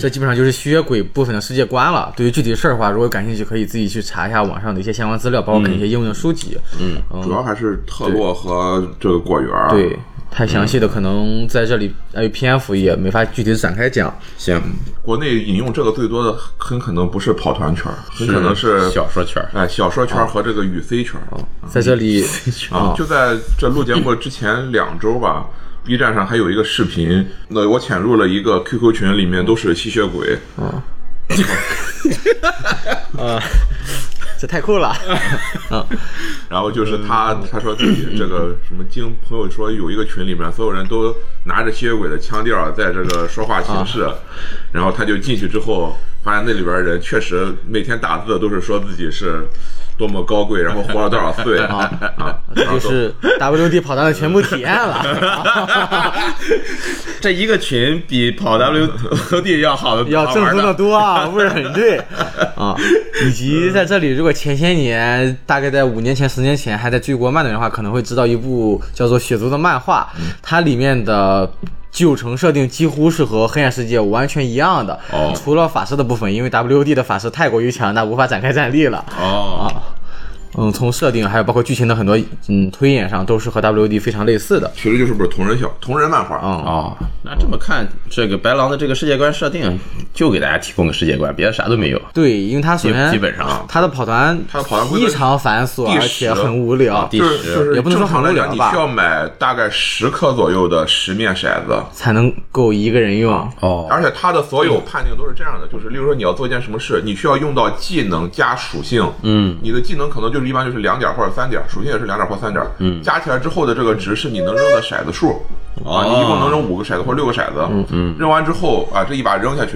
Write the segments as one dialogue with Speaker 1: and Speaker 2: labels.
Speaker 1: 这基本上就是吸血鬼部分的世界观了。对于具体事儿的话，如果感兴趣，可以自己去查一下网上的一些相关资料，包括看一些应用的书籍。
Speaker 2: 嗯，主要还是特洛和这个果园儿。
Speaker 1: 对，太详细的可能在这里碍于篇幅也没法具体展开讲。
Speaker 3: 行，
Speaker 2: 国内引用这个最多的，很可能不是跑团圈儿，很可能是
Speaker 3: 小说圈儿
Speaker 2: 哎，小说圈儿和这个语飞圈儿。
Speaker 1: 在这里
Speaker 2: 啊，就在这录节目之前两周吧。B 站上还有一个视频，那我潜入了一个 QQ 群，里面都是吸血鬼，
Speaker 1: 这太酷了。
Speaker 2: 然后就是他，
Speaker 1: 嗯
Speaker 2: 他说自己这个什么经朋友说有一个群里面，所有人都拿着吸血鬼的腔调在这个说话形式，
Speaker 1: 啊
Speaker 2: 然后他就进去之后，发现那里边人确实每天打字都是说自己是多么高贵，然后活了多少岁啊啊，
Speaker 1: 这就是 WD 跑团的全部体验了，
Speaker 3: 这一个群比跑 W D 要好的
Speaker 1: 要
Speaker 3: 好
Speaker 1: 正
Speaker 3: 玩
Speaker 1: 宗的
Speaker 3: 的。
Speaker 1: 多啊，不是很 对啊。以及在这里，如果前些年，大概在五年前、十年前还在追国漫的人的话，可能会知道一部叫做《血族》的漫画，
Speaker 3: 嗯
Speaker 1: 它里面的。九成设定几乎是和黑暗世界完全一样的，
Speaker 3: 哦
Speaker 1: 除了法师的部分，因为 WD 的法师太过于强大，无法展开战力了。
Speaker 3: 哦，
Speaker 1: 嗯，从设定还有包括剧情的很多嗯推演上，都是和 WD 非常类似的。
Speaker 2: 其实就是不是同人小同人漫画啊，
Speaker 1: 嗯，
Speaker 3: 哦，那这么看，这个白狼的这个世界观设定，就给大家提供个世界观，别的啥都没有，
Speaker 1: 对，因为它首
Speaker 3: 基
Speaker 1: 先
Speaker 3: 基本上。
Speaker 1: 他的跑团，
Speaker 2: 他的跑团规则
Speaker 1: 异常繁琐，
Speaker 2: 第
Speaker 1: 而
Speaker 2: 十
Speaker 1: 且很无聊，
Speaker 3: 啊第
Speaker 2: 就是
Speaker 3: 十
Speaker 2: 就是
Speaker 1: 也不能说
Speaker 2: 正常来
Speaker 1: 很无
Speaker 2: 讲，
Speaker 1: 聊
Speaker 2: 你
Speaker 1: 吧
Speaker 2: 需要买大概十颗左右的十面骰子，
Speaker 1: 才能够一个人用。
Speaker 3: 哦，
Speaker 2: 而且它的所有判定都是这样的，就是例如说你要做一件什么事，你需要用到技能加属性，嗯，你的技能可能就是一般就是两点或者三点，属性也是两点或三点，嗯，加起来之后的这个值是你能扔的骰子数。啊，你一共能扔五个骰子或者六个骰子，嗯嗯，扔完之后啊，这一把扔下去，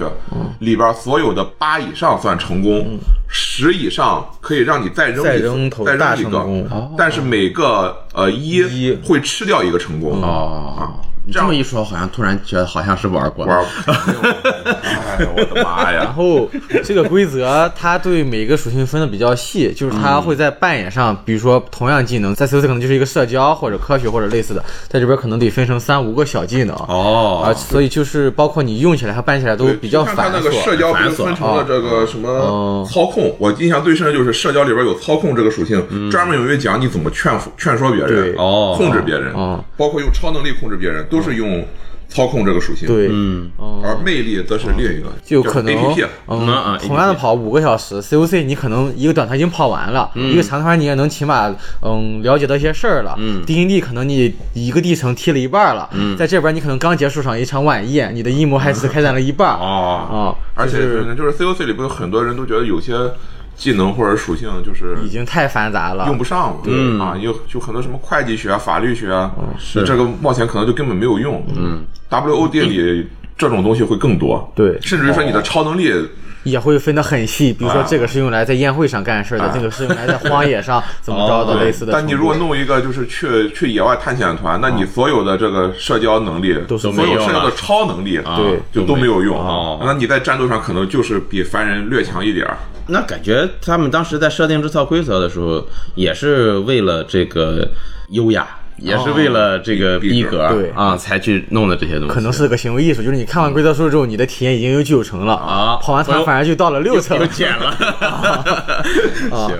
Speaker 2: 里边所有的八以上算成功，十以上可以让你再扔
Speaker 1: 再
Speaker 2: 一次
Speaker 1: 扔头
Speaker 2: 再
Speaker 1: 大
Speaker 2: 扔一
Speaker 1: 成
Speaker 2: 个
Speaker 1: 功，
Speaker 2: 但是每个呃一
Speaker 1: 一
Speaker 2: 会吃掉一个成功，
Speaker 3: 哦，你这么一说，好像突然觉得好像是玩过。
Speaker 2: 玩儿， 哎呦我的妈呀
Speaker 1: 然！后这个规则，它对每个属性分的比较细，就是它会在扮演上，比如说同样技能，在 COC 可能就是一个社交或者科学或者类似的，在这边可能得分成三五个小技能。啊，
Speaker 3: 哦，
Speaker 1: 所以就是包括你用起来和扮起来都
Speaker 2: 对
Speaker 1: 比较
Speaker 2: 就像
Speaker 1: 繁
Speaker 2: 他那个
Speaker 1: 琐。
Speaker 2: 社
Speaker 1: 啊嗯
Speaker 2: 交
Speaker 3: 繁
Speaker 2: 不
Speaker 3: 琐
Speaker 2: 是分成了这个什么操控？我印象最深的就是社交里边有操控这个属性，专门有一讲你怎么劝服、劝说别人
Speaker 1: 嗯对、
Speaker 3: 哦
Speaker 2: 控制别人
Speaker 1: 哦，
Speaker 2: 包括用超能力控制别人，都是用操控这个属性。，
Speaker 1: 对，哦
Speaker 3: 嗯，
Speaker 2: 而魅力则是另一个，
Speaker 1: 就
Speaker 2: 叫
Speaker 1: 可能
Speaker 2: APP
Speaker 3: 嗯啊
Speaker 1: 嗯，同样的跑五个小时，COC 你可能一个短团已经跑完了，一个长团你也能起码嗯了解到一些事儿了。嗯，D N D 可能你一个地城踢了一半了，嗯，在这边你可能刚结束上一场晚宴，你的阴谋还只开展了一半 啊
Speaker 2: 啊，
Speaker 1: 啊，
Speaker 2: 而且就是就是 COC 里边有很多人都觉得有些技能或者属性就是
Speaker 1: 已经太繁杂了
Speaker 2: 用。不上了，嗯啊，有就很多什么会计学啊、法律学啊，
Speaker 1: 嗯
Speaker 3: 是
Speaker 2: 这个冒险可能就根本没有用。嗯，WOD 里这种东西会更多，
Speaker 1: 对哦
Speaker 2: 甚至于说你的超能力，
Speaker 1: 也会分得很细，比如说这个是用来在宴会上干事的，这个是用来在荒野上怎么着的，类似的程
Speaker 2: 哦但
Speaker 1: 度。啊
Speaker 2: 你如果弄一个就是去去野外探险团，那你所有的这个社交能力，
Speaker 1: 都
Speaker 2: 所
Speaker 1: 是
Speaker 3: 没用
Speaker 2: 有
Speaker 3: 了
Speaker 2: 社交的超能力，
Speaker 1: 对
Speaker 2: 就都没有用啊
Speaker 3: 哦
Speaker 2: 那你在战斗上可能就是比凡人略强一点儿，
Speaker 3: 那感觉他们当时在设定这套规则的时候，也是为了这个优雅，
Speaker 1: 哦
Speaker 3: 也是为了这个逼格
Speaker 1: 对
Speaker 3: 啊，才去弄的这些东西。
Speaker 1: 可能是个行为艺术，就是你看完规则书之后，你的体验已经有九成了
Speaker 3: 啊
Speaker 1: 跑完
Speaker 3: 我
Speaker 1: 团
Speaker 3: 又
Speaker 1: 反而就到了六成啊
Speaker 3: 又。减 了。 行，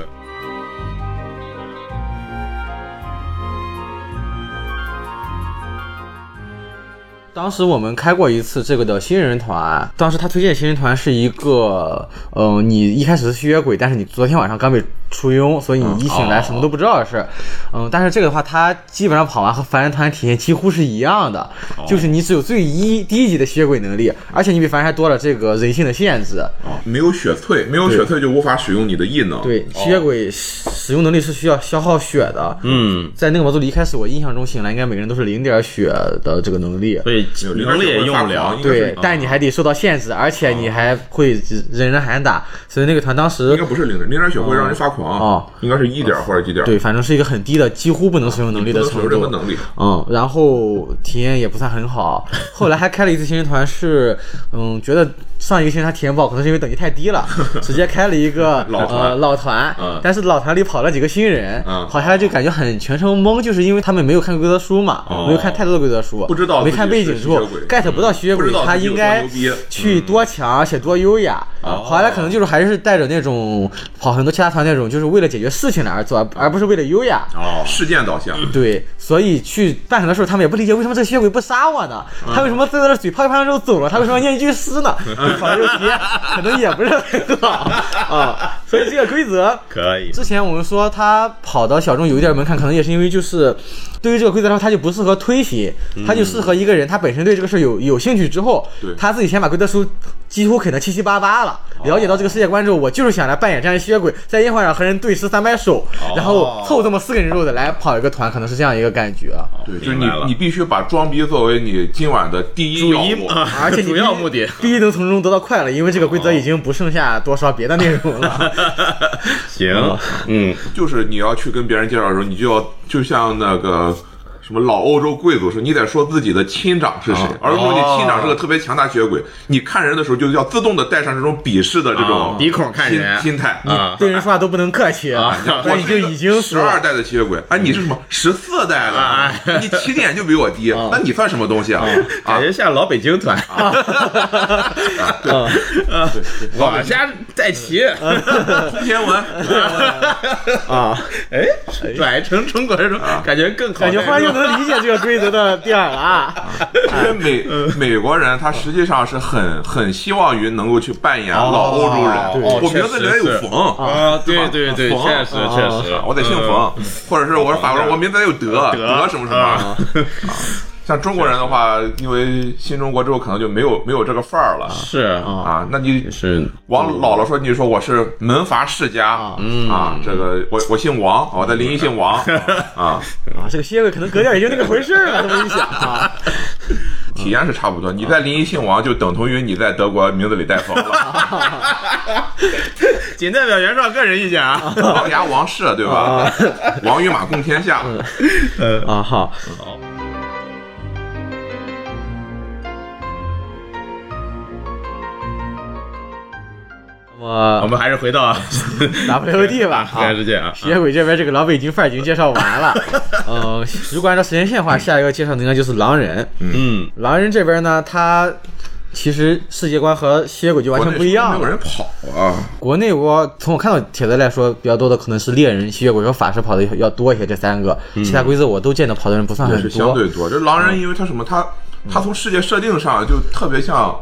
Speaker 1: 当时我们开过一次这个的新人团，当时他推荐新人团是一个，嗯、呃，你一开始是吸血鬼，但是你昨天晚上刚被出佣，所以你一醒来什么都不知道的事儿，嗯、但是这个的话，它基本上跑完和凡人团体验几乎是一样的，就是你只有最一低级的吸血鬼能力，而且你比凡人还多了这个人性的限制，
Speaker 2: 啊，没有血萃，没有血萃就无法使用你的异能，
Speaker 1: 哦对，吸血鬼使使用能力是需要消耗血的，
Speaker 3: 嗯，
Speaker 1: 在那个模组里一开始我印象中醒来应该每个人都是零点血的这个能力，
Speaker 3: 所以能力也用不了。
Speaker 1: 对，但你还得受到限制，而
Speaker 2: 啊
Speaker 1: 且你还会人人喊打，所以那个团当
Speaker 2: 应
Speaker 1: 时
Speaker 2: 该不是零点零点血会让人发狂，
Speaker 1: 哦
Speaker 2: 应该是一点儿或者几点儿，
Speaker 1: 对，反正是一个很低的，几乎不能使用能力的
Speaker 2: 不能
Speaker 1: 程
Speaker 2: 使用任何
Speaker 1: 度。
Speaker 2: 能力。
Speaker 1: 嗯，然后体验也不算很 好。后来还开了一次新人团是，嗯，觉得上一 个新人团体验不好，可能是因为等级太低了，直接开了一个
Speaker 2: 老团
Speaker 1: 呃、老团、但是老团里跑跑了几个新人，
Speaker 2: 嗯
Speaker 1: 跑下来就感觉很全程懵，就是因为他们没有看规则书嘛，
Speaker 2: 哦
Speaker 1: 没有看太多的规则书，
Speaker 2: 不知道
Speaker 1: 没看背景
Speaker 2: 自己
Speaker 1: 书
Speaker 2: 是吸血鬼
Speaker 1: ，get 不到吸血
Speaker 2: 不
Speaker 1: 鬼
Speaker 2: 知道
Speaker 1: 他
Speaker 2: 自己有
Speaker 1: 应
Speaker 2: 多
Speaker 1: 该
Speaker 2: 牛逼嗯
Speaker 1: 去多强且多优雅，
Speaker 2: 哦
Speaker 1: 跑下来可能就是还是带着那种跑很多其他团那种，就是为了解决事情而做，而不是为了优雅。
Speaker 3: 哦，
Speaker 2: 事件导向，
Speaker 1: 对，所以去办很多时候，他们也不理解为什么这吸血鬼不杀我呢？他为什么在那嘴啪啪之后走了？他为什么要念一句诗呢？好像这个体验可能也不是很好啊。所以这个规则
Speaker 3: 可以，
Speaker 1: 之前我们说他跑到小众有一点门槛，可能也是因为就是对于这个规则来说，他就不适合推题，他就适合一个人他本身对这个事儿有有兴趣之后
Speaker 2: 嗯对，哦
Speaker 1: 他自己先把规则书几乎啃得七七八八了，了解到这个世界观之后，我就是想来扮演这样一吸血鬼，在烟火上和人对诗三百首，
Speaker 2: 哦
Speaker 1: 然后凑这么四个人肉的来跑一个团，可能是这样一个感觉。啊
Speaker 2: 对，就是
Speaker 3: 明
Speaker 2: 你
Speaker 3: 白了
Speaker 2: 你必须把装逼作为你今晚的第一
Speaker 3: 主
Speaker 2: 要
Speaker 3: 一
Speaker 2: 务。
Speaker 3: 啊，
Speaker 1: 而且你必
Speaker 3: 主要目的，
Speaker 1: 必须能从中得到快乐，因为这个规则已经不剩下多少别的内容了。
Speaker 3: 行，嗯，
Speaker 2: 就是你要去跟别人介绍的时候，你就要就像那个什么老欧洲贵族说，你得说自己的亲长是谁，
Speaker 3: 啊
Speaker 2: 而不是说你亲长是个特别强大血
Speaker 3: 哦
Speaker 2: 鬼。你看人的时候，就要自动的带上这种鄙视的这种
Speaker 3: 啊鼻孔看
Speaker 2: 心
Speaker 3: 人
Speaker 2: 心态。
Speaker 3: 啊，
Speaker 1: 对人说话都不能客气
Speaker 3: 啊
Speaker 1: 那你就已经
Speaker 2: 十二代的吸血鬼，哎，你是什么十四代
Speaker 3: 嗯啊嗯
Speaker 2: 的？你起点就比我低，那你算什么东西啊？
Speaker 3: 感觉像老北京团， 啊往下再骑，
Speaker 2: 通天文，
Speaker 1: 啊。
Speaker 3: 哎，啊转成中国人，感觉更好，
Speaker 1: 感觉忽然又能理解这个规则的点儿了啊。
Speaker 2: 因为美美国人他实际上是很很希望于能够去扮演老欧洲人，
Speaker 3: 哦对
Speaker 2: 我名字里面有
Speaker 3: 确实是
Speaker 2: 冯。
Speaker 3: 啊，对对对，
Speaker 2: 冯
Speaker 3: 确实确实，
Speaker 2: 我得姓冯，
Speaker 3: 嗯
Speaker 2: 或者是我是法国人，我名字有德德什么什么。
Speaker 3: 嗯
Speaker 2: 啊像中国人的话，因为新中国之后可能就没有没有这个范儿了
Speaker 3: 嗯，是
Speaker 2: 啊。那你
Speaker 3: 是
Speaker 2: 往老了说，你说我是门阀世家
Speaker 3: 嗯
Speaker 2: 啊，这个我我姓王，哦我在临沂姓王 啊，
Speaker 1: 啊，这个吸血鬼可能格调也就那个回事儿了，这么一想啊，
Speaker 2: 体验是差不多。你在临沂姓王，就等同于你在德国名字里带冯了，
Speaker 3: 仅代表袁绍个人意见啊。
Speaker 2: 琅琊王氏对吧？王与马共天下，
Speaker 1: 嗯啊好，那
Speaker 3: 我
Speaker 1: 么
Speaker 3: 们还是回 到
Speaker 1: WD 吧啊
Speaker 3: 还是这样。
Speaker 1: 吸血鬼这边这个老北京范儿已经介绍完 了，呃，如果按照时间线的话，下一个介绍的应该就是狼人。
Speaker 3: 嗯，
Speaker 1: 狼人这边呢，他其实世界观和吸血鬼就完全不一样了
Speaker 2: 没有。人跑啊。
Speaker 1: 国内我从我看到帖子来说，比较多的可能是猎人、吸血鬼和法师跑的要多一些，这三个，其他规则我都见到跑的人不算
Speaker 2: 也
Speaker 1: 很
Speaker 2: 嗯是
Speaker 1: 多。
Speaker 2: 相对多。这狼人因为他什么，他他从世界设定上就特别像，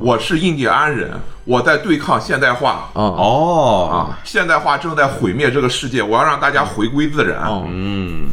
Speaker 2: 我是印第安人，我在对抗现代化。
Speaker 1: 哦，
Speaker 3: 哦，
Speaker 2: 啊！现代化正在毁灭这个世界，我要让大家回归自然。
Speaker 1: 哦
Speaker 3: 嗯，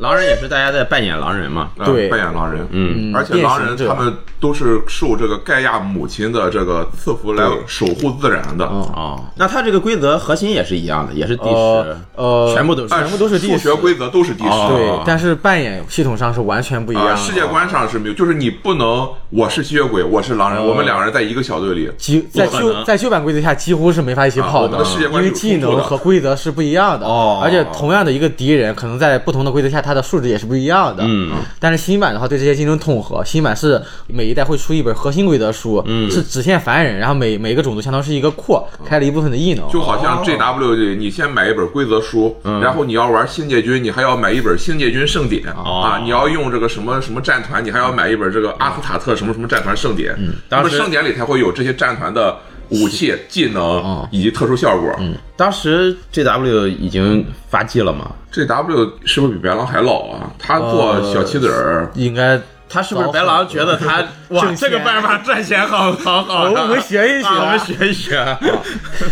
Speaker 3: 狼人也是大家在扮演狼人嘛。
Speaker 2: 呃
Speaker 1: 对
Speaker 2: 扮演狼人，
Speaker 3: 嗯
Speaker 2: 而且狼人
Speaker 1: 变形者
Speaker 2: 他们都是受这个盖亚母亲的这个赐福来守护自然的。
Speaker 1: 哦
Speaker 3: 哦，那他这个规则核心也是一样的，也是第十
Speaker 1: 呃，呃，
Speaker 3: 全部都是
Speaker 2: 按
Speaker 1: 全部都是
Speaker 2: 数
Speaker 1: 地
Speaker 2: 学规则都是第十，
Speaker 1: 对，
Speaker 3: 哦
Speaker 1: 但是扮演系统上是完全不一样
Speaker 2: 啊，
Speaker 1: 的。
Speaker 2: 世界观上是没有，就是你不能，我是吸血鬼，我是狼人，我们两个人在一个小队里，
Speaker 1: 几在
Speaker 3: 不可能
Speaker 1: 旧在旧版规则下几乎是没法一起跑
Speaker 2: 啊我们
Speaker 1: 的
Speaker 2: 的世界，
Speaker 1: 因
Speaker 2: 观是
Speaker 1: 为
Speaker 2: 有冲突的
Speaker 1: 技能和规则是不一样的。
Speaker 3: 哦
Speaker 1: 而且同样的一个敌人，可能在不同的规则下，它的数值也是不一样的。
Speaker 3: 嗯，
Speaker 1: 但是新版的话，对这些进行统合。新版是每一代会出一本核心规则书，嗯，是只限凡人，然后每每个种族相当是一个扩，开了一部分的异能。
Speaker 2: 哦就好像 JW，你先买一本规则书，然后你要玩新界军，你还要买一本新界军圣典啊，你要用这个什么什么战团，你还要买一本这个阿斯塔特什么什么战团圣典，那
Speaker 3: 当
Speaker 2: 么
Speaker 3: 时
Speaker 2: 圣典里才会有这些战团的武器、技能以及特殊效果。
Speaker 3: 当时 JW 已经发迹了嘛？
Speaker 2: JW 是不是比白狼还老啊？他做小棋子儿，
Speaker 1: 应该
Speaker 3: 他是不是白狼觉得他哇
Speaker 1: 挣钱
Speaker 3: 这个办法赚钱好好 好呀，
Speaker 1: 我们学一学
Speaker 3: 啊 我们学一学。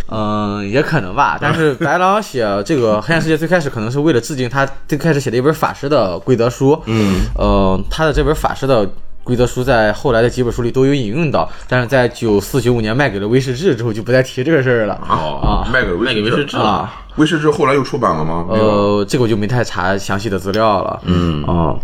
Speaker 1: 嗯，也可能吧。但是白狼写这个《黑暗世界》最开始可能是为了致敬他最开始写的一本法师的规则书。嗯，呃，他的这本法师的规则书在后来的几本书里都有引用到，但是在九四九五年卖给了威士忌之后就不再提这个事儿了。
Speaker 2: 啊，卖给
Speaker 3: 卖给
Speaker 2: 威
Speaker 3: 威士
Speaker 2: 士
Speaker 3: 忌
Speaker 2: 忌，
Speaker 3: 了，
Speaker 1: 啊，
Speaker 2: 威士忌后来又出版了吗？没有。
Speaker 1: 呃，这个我就没太查详细的资料了。
Speaker 3: 嗯
Speaker 1: 啊、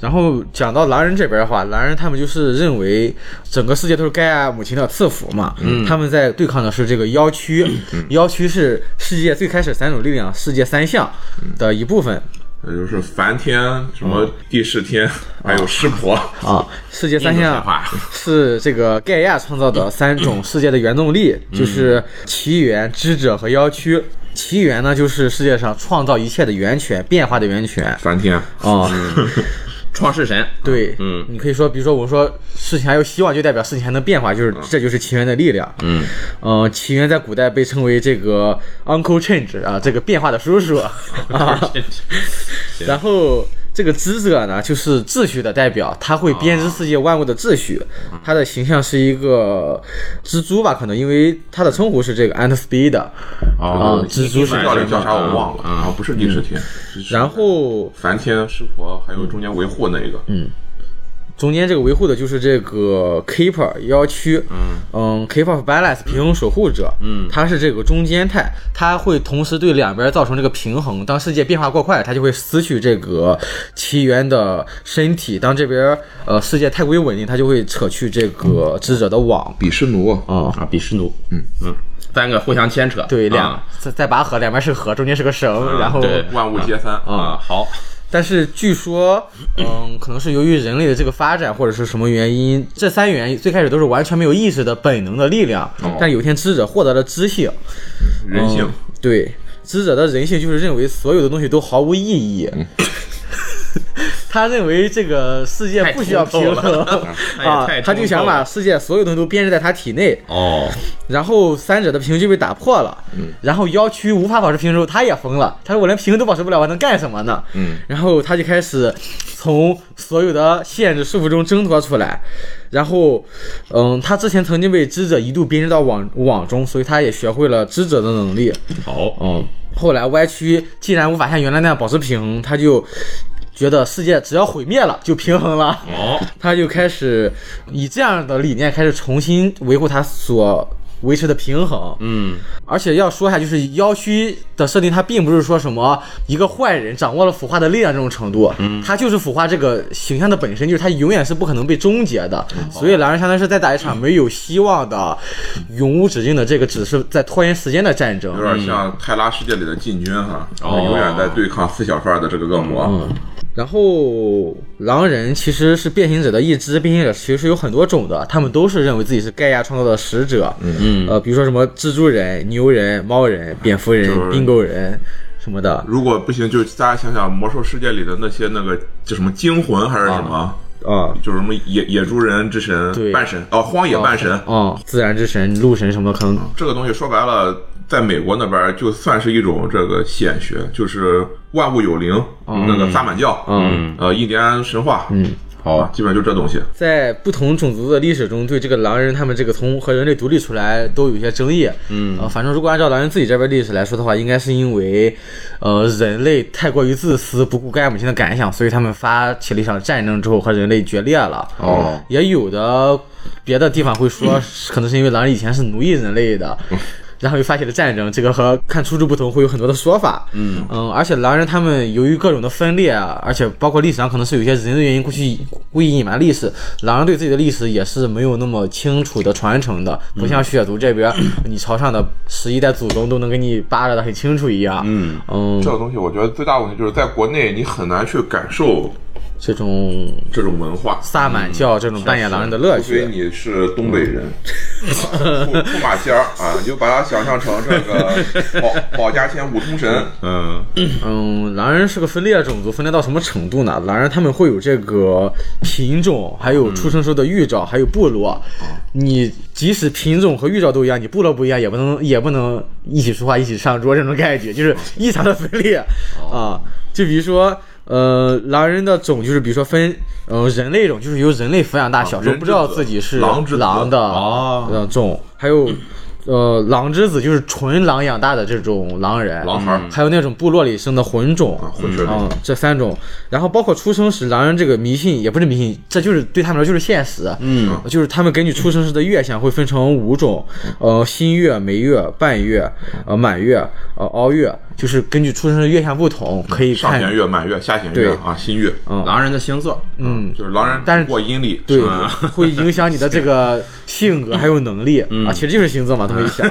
Speaker 1: 然后讲到狼人这边的话，狼人他们就是认为整个世界都是盖亚母亲的赐福嘛，他们在对抗的是这个妖躯，妖躯是世界最开始三种力量啊世界三项的一部分
Speaker 2: 那就是梵天、什么帝释天，还有湿婆，
Speaker 1: 啊，世界三
Speaker 3: 印度
Speaker 1: 项
Speaker 3: 神话
Speaker 1: 是这个盖嗯亚创造的三种世界的原动力，就是奇缘、知者和妖躯。奇源呢，就是世界上创造一切的源泉，变化的源泉。
Speaker 2: 梵 天，
Speaker 1: 哦，
Speaker 3: 创世神，
Speaker 1: 对，
Speaker 3: 嗯，
Speaker 1: 你可以说，比如说我们说事情还有希望，就代表事情还能变化，就是这就是奇源的力量。
Speaker 3: 嗯，
Speaker 1: 呃，奇源在古代被称为这个 Uncle Change 啊，这个变化的叔 叔啊。然后这个知者呢，就是秩序的代表，他会编织世界万物的秩序。
Speaker 3: 啊
Speaker 1: 他的形象是一个蜘蛛吧，可能因为他的称呼是这个 Ant Speed
Speaker 3: 哦
Speaker 1: 啊，蜘蛛是
Speaker 2: 叫这叫啥我忘了
Speaker 3: 嗯
Speaker 2: 啊，不是第十天，是是
Speaker 1: 然后
Speaker 2: 梵天、湿婆，还有中间维护那个，嗯，
Speaker 1: 中间这个维护的就是这个 keeper 妖躯，嗯 keeper of balance 平衡守护者，嗯，它是这个中间态，它会同时对两边造成这个平衡。当世界变化过快，它就会失去这个奇缘的身体；当这边呃世界太过于稳定，它就会扯去这个智者的网。
Speaker 2: 比湿奴，
Speaker 1: 嗯，
Speaker 3: 啊，比湿奴，嗯嗯，三个互相牵扯，
Speaker 1: 对，两
Speaker 3: 啊
Speaker 1: 在在拔河，两边是河，中间是个绳，然后
Speaker 3: 对
Speaker 2: 万物皆三
Speaker 3: 啊，
Speaker 2: 啊，
Speaker 3: 好，
Speaker 1: 但是据说， 嗯，可能是由于人类的这个发展或者是什么原因，这三元最开始都是完全没有意识的本能的力量，
Speaker 3: 哦
Speaker 1: 但有一天知者获得了知性，
Speaker 2: 人性
Speaker 1: 嗯，对，知者的人性就是认为所有的东西都毫无意义。
Speaker 3: 嗯
Speaker 1: 他认为这个世界不需要平
Speaker 3: 太通透
Speaker 1: 衡
Speaker 3: 了 哎呀
Speaker 1: 啊
Speaker 3: 太，
Speaker 1: 他
Speaker 3: 通
Speaker 1: 就想
Speaker 3: 透
Speaker 1: 把
Speaker 3: 了
Speaker 1: 世界所有东西都编织在他体内，
Speaker 3: 哦，
Speaker 1: 然后三者的平衡就被打破了，然后妖躯无法保持平衡之后，他也疯了，他说我连平衡都保持不了，我还能干什么呢？
Speaker 2: 嗯，
Speaker 1: 然后他就开始从所有的限制束缚中挣脱出来，然后，嗯，他之前曾经被知者一度编织到网网中，所以他也学会了知者的能力，
Speaker 3: 好，
Speaker 1: 嗯，后来歪曲既然无法像原来那样保持平衡，他就觉得世界只要毁灭了就平衡了，
Speaker 3: 哦，
Speaker 1: 他就开始以这样的理念开始重新维护他所维持的平衡。
Speaker 3: 嗯，
Speaker 1: 而且要说一下，就是妖区的设定，它并不是说什么一个坏人掌握了腐化的力量这种程度，嗯，它就是腐化这个形象的本身，就是它永远是不可能被终结的。
Speaker 3: 嗯哦
Speaker 1: 所以狼人相当于是在打一场没有希望的、永无止境的这个只是在拖延时间的战争。
Speaker 2: 有点像泰拉世界里的禁军哈，
Speaker 3: 哦
Speaker 2: 永远在对抗四小贩的这个恶魔，
Speaker 1: 然后狼人其实是变形者的一支，变形者其实是有很多种的，他们都是认为自己是盖亚创造的使者，嗯呃，比如说什么蜘蛛人、牛人、猫人、蝙蝠人、冰狗人什么的，
Speaker 2: 如果不行，就大家想想魔兽世界里的那些那个叫什么精魂还是什么，
Speaker 1: 啊
Speaker 2: 就是什么野野猪人之神
Speaker 1: 对、
Speaker 2: 半神哦，荒野半神，
Speaker 1: 嗯，自然之神、鹿神什么的可能
Speaker 2: 这个东西说白了，在美国那边就算是一种这个显学，就是万物有灵，那个萨满教，嗯，呃，印第安神话，嗯，好，基本上就这东西。
Speaker 1: 在不同种族的历史中，对这个狼人他们这个从和人类独立出来都有一些争议。嗯，呃，反正如果按照狼人自己这边历史来说的话，应该是因为，呃，人类太过于自私，不顾盖姆星的感想，所以他们发起了一场战争之后和人类决裂了。
Speaker 2: 哦，
Speaker 1: 也有的别的地方会 说，可能是因为狼人以前是奴役人类的。然后又发起了战争，这个和看出处不同，会有很多的说法。嗯而且狼人他们由于各种的分裂啊，而且包括历史上可能是有一些人的原因，故意故意隐瞒历史，狼人对自己的历史也是没有那么清楚的传承的，不像血族这边，你朝上的十一代祖宗都能给你扒拉的很清楚一样。嗯
Speaker 2: 这个东西，我觉得最大问题就是在国内，你很难去感受
Speaker 1: 这种
Speaker 2: 这种文化，
Speaker 1: 萨满教这种扮演狼人的乐
Speaker 2: 除非
Speaker 1: 趣，
Speaker 2: 你啊是东北人，
Speaker 1: 嗯
Speaker 2: 库库马仙儿啊，你就把它想象成这 个保保家仙、五通神，啊
Speaker 3: 嗯，
Speaker 1: 嗯，狼人是个分裂种族，分裂到什么程度呢？狼人他们会有这个品种，还有出生时候的预兆，还有部落。你即使品种和预兆都一样，你部落不一样，也不能也不能一起说话、一起上桌这种感
Speaker 2: 哦
Speaker 1: 觉，就是异常的分裂啊、就比如说，呃，狼人的种就是比如说分，呃，人类种就是由人类抚养大小，时候
Speaker 2: 人
Speaker 1: 不知道
Speaker 2: 之
Speaker 1: 自
Speaker 2: 子
Speaker 1: 己是
Speaker 2: 狼之子
Speaker 1: 狼的
Speaker 3: 哦
Speaker 1: 呃种，还有。呃，狼之子就是纯狼养大的这种狼人，
Speaker 2: 狼孩儿
Speaker 1: 还有那种部落里生的混种
Speaker 2: 啊混血种
Speaker 1: 嗯这三种，然后包括出生时狼人这个迷信也不是迷信，这就是对他们来说就是现实，嗯，就是他们根据出生时的月相会分成五种，呃，新月、梅月、半月、呃满月、呃凹月，就是根据出生时的月相不同可以
Speaker 2: 上
Speaker 1: 看
Speaker 2: 弦月、满月、下弦
Speaker 1: 对
Speaker 2: 月啊，新月，
Speaker 3: 狼人的星座，
Speaker 2: 嗯，就是狼人
Speaker 1: 但是
Speaker 2: 过阴历，
Speaker 1: 对
Speaker 2: 是吧，
Speaker 1: 会影响你的这个性格还有能力、
Speaker 2: 嗯
Speaker 1: 啊，其实就是星座嘛，这么一 想。